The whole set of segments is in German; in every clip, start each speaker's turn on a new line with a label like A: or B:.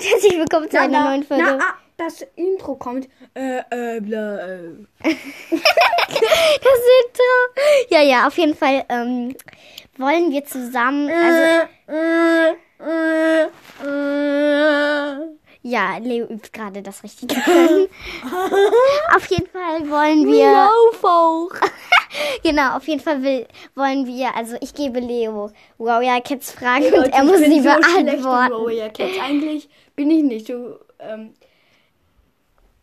A: und herzlich willkommen zu einer
B: na,
A: neuen Folge.
B: Na, ah, das Intro kommt. Äh, äh, bla, äh.
A: Das Intro. Ja, ja, auf jeden Fall ähm, wollen wir zusammen. Also,
B: äh, äh, äh.
A: ja, Leo übt gerade das richtige Können. auf jeden Fall wollen wir.
B: Laufauch.
A: Genau, auf jeden Fall will, wollen wir. Also, ich gebe Leo Warrior Cats Fragen
B: Leute,
A: und er
B: ich
A: muss
B: bin
A: sie
B: so schlecht im
A: beantworten.
B: Warrior Cats. Eigentlich bin ich nicht so. Ähm,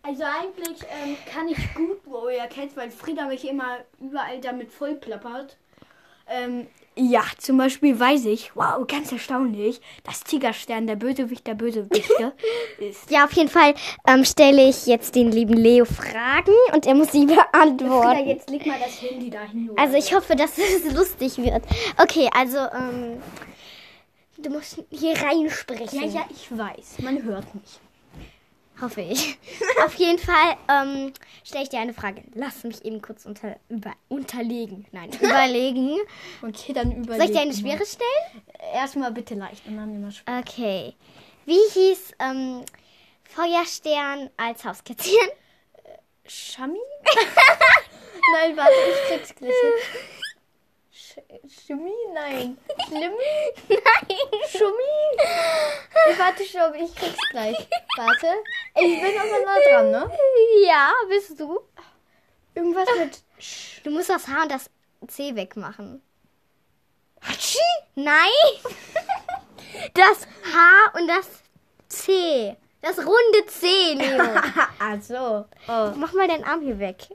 B: also eigentlich ähm, kann ich gut Warrior Cats, weil Frieda mich immer überall damit vollklappert. Ähm, ja, zum Beispiel weiß ich, wow, ganz erstaunlich, dass Tigerstern der Bösewicht der Bösewichte ist.
A: Ja, auf jeden Fall ähm, stelle ich jetzt den lieben Leo Fragen und er muss sie
B: Frieda,
A: beantworten.
B: jetzt leg mal das Handy dahin. Noah.
A: Also ich hoffe, dass es lustig wird. Okay, also ähm, du musst hier reinsprechen.
B: Ja, ja, ich weiß. Man hört mich.
A: Hoffe ich. Auf jeden Fall ähm, stelle ich dir eine Frage. Lass mich eben kurz unter, über, unterlegen. Nein, überlegen.
B: Okay, dann überlegen.
A: Soll ich dir eine schwere stellen?
B: Erstmal bitte leicht und dann immer schwer.
A: Okay. Wie hieß ähm, Feuerstern als Hauskatzchen?
B: Schami? Nein, warte, ich krieg's gleich hin. Sch Schumi? Nein. Schlimmi?
A: Nein.
B: Schumi? Ich warte, ich glaube, ich krieg's gleich. Warte. Ich bin aber nah dran, ne?
A: Ja, bist du?
B: Irgendwas mit
A: Du musst das H und das C wegmachen. Hm?
B: Hatschi?
A: Nein! Das H und das C. Das runde C, Leo.
B: Ach so. Oh.
A: Mach mal deinen Arm hier weg.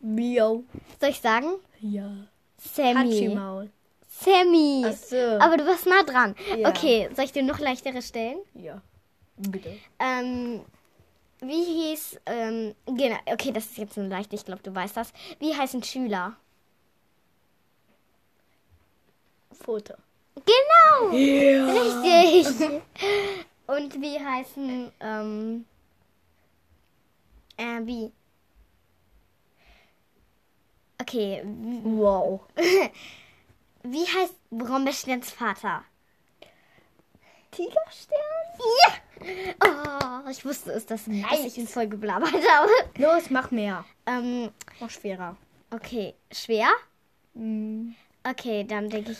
B: Mio.
A: Soll ich sagen?
B: Ja.
A: Sammy.
B: Hatschi-Maul.
A: Sammy.
B: Ach so.
A: Aber du warst nah dran.
B: Ja.
A: Okay, soll ich dir noch leichtere stellen?
B: Ja. Bitte.
A: Ähm, wie hieß, ähm, genau, okay, das ist jetzt nur leicht, ich glaube, du weißt das. Wie heißen Schüler?
B: Foto.
A: Genau!
B: Ja.
A: Richtig. Und wie heißen, ähm, äh, wie? Okay, w-
B: Wow.
A: wie heißt Brombeersterns Vater?
B: Tigerstern?
A: Ja! Oh, ich wusste es, dass, dass ich ihn voll geblabbert habe.
B: Los, mach mehr.
A: Ähm,
B: Mach schwerer.
A: okay, schwer?
B: Mm.
A: Okay, dann denke ich.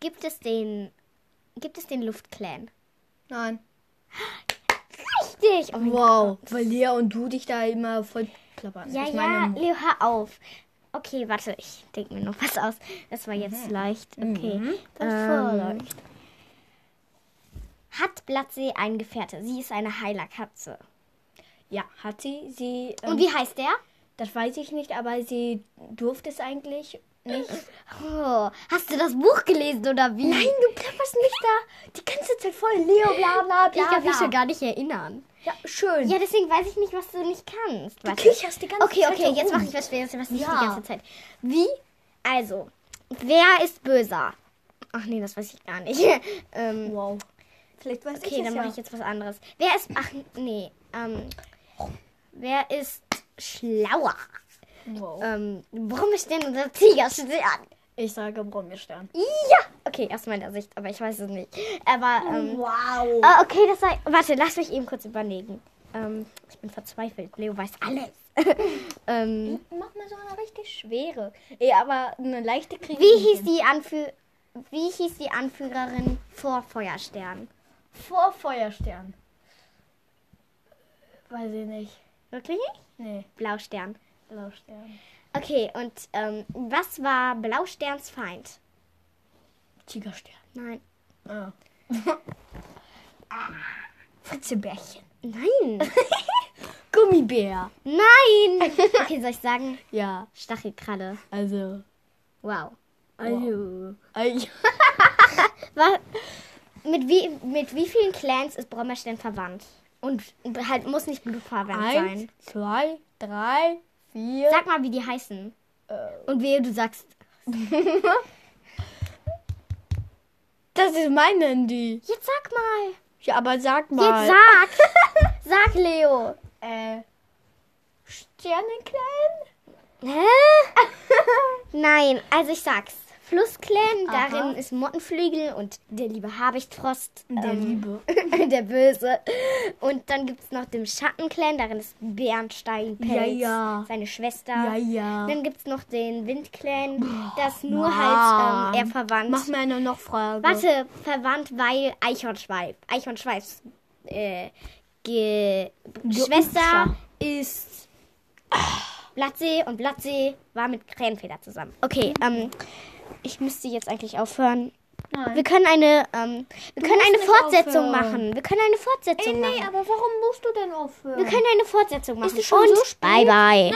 A: Gibt es den, gibt es den Luftclan?
B: Nein.
A: Richtig! Oh mein
B: Wow, weil Lea und du dich da immer voll plappern.
A: Ja, ja,
B: ich meine,
A: Leo, hör auf. Okay, warte, ich denke mir noch was aus. Das war jetzt leicht. Okay.
B: Mhm. das war
A: ähm, Hat Blattsee einen Gefährte? Sie ist eine Heilerkatze.
B: ja, hat sie. Sie, ähm,
A: Und wie heißt der?
B: das weiß ich nicht, aber sie durfte es eigentlich nicht.
A: Oh, hast du das Buch gelesen oder wie?
B: Nein, du plapperst nicht da die ganze Zeit voll. Leo, bla, bla,
A: ich
B: bla,
A: kann mich ja
B: bla.
A: gar nicht erinnern.
B: Ja, schön.
A: Ja, deswegen weiß ich nicht, was du nicht kannst.
B: du
A: Warte.
B: kicherst die ganze
A: Okay,
B: Zeit.
A: okay,
B: da
A: jetzt
B: rum.
A: mache ich was Schweres, was nicht
B: Ja.
A: die ganze Zeit. Wie? Also, wer ist böser? Ach nee, das weiß ich gar nicht. ähm,
B: Wow. Vielleicht weiß
A: Okay,
B: ich es
A: dann mache ich
B: Hm, ja.
A: jetzt was anderes. Wer ist. Ach, nee. Ähm, wer ist schlauer?
B: Wow.
A: Ähm, Brummestern oder Tigerstern?
B: Äh, Ich sage Brombeerstern.
A: Ja! Okay, aus meiner Sicht, aber ich weiß es nicht. Aber, ähm.
B: Mm, Oh, Wow.
A: ah, okay, das sei. Warte, lass mich eben kurz überlegen. Ähm, ich bin verzweifelt. Leo weiß alles. ähm,
B: Mach mal so eine richtig schwere. Ey, aber eine leichte kriege
A: wie hieß die Anführ Wie hieß die Anführerin vor Feuerstern?
B: Vor Feuerstern. Weiß ich nicht.
A: Wirklich nicht?
B: Nee,
A: Blaustern.
B: Blaustern.
A: Okay, und ähm, was war Blausterns Feind?
B: Tigerstern.
A: Nein.
B: Ah. Fritzebärchen.
A: Nein.
B: Gummibär.
A: Nein! Okay, soll ich sagen?
B: Ja,
A: Stachelkralle.
B: also.
A: Wow.
B: Also. Wow.
A: Wa- mit, wie, mit wie vielen Clans ist Brommerstein verwandt? Und halt muss nicht blutverwandt
B: Eins,
A: sein.
B: zwei, drei, vier.
A: Sag mal, wie die heißen.
B: Äh.
A: Und wehe, du sagst.
B: Das ist mein Handy.
A: Jetzt sag mal.
B: Ja, aber sag mal.
A: Jetzt sag. sag, Leo.
B: Äh. Sternenclan?
A: Hä? Nein, also ich sag's. Flussclan.
B: Aha.
A: Darin ist Mottenflügel und der liebe Habichtfrost.
B: Der Liebe.
A: der Böse. Und dann gibt es noch den Schattenclan, darin ist Bernsteinpelz,
B: Ja, ja.
A: seine Schwester.
B: Ja, ja. Oh,
A: Dann gibt es noch den Windclan, das nur
B: Mann.
A: halt ähm, er verwandt.
B: Mach mir eine noch Frage.
A: Warte, verwandt, weil Eichhornschweif. Eichhornschweifs äh, Ge Schwester
B: Upsa.
A: ist Blattsee und Blattsee war mit Krähenfeder zusammen. Okay,
B: Mhm.
A: ähm, ich müsste jetzt eigentlich aufhören.
B: Nein.
A: Wir können eine, ähm, wir können
B: musst
A: eine
B: nicht
A: Fortsetzung
B: aufhören.
A: machen. Wir können eine Fortsetzung
B: Ey, nee,
A: machen.
B: aber warum musst du denn aufhören?
A: Wir können eine Fortsetzung machen.
B: es schon
A: und
B: so spät?
A: bye bye.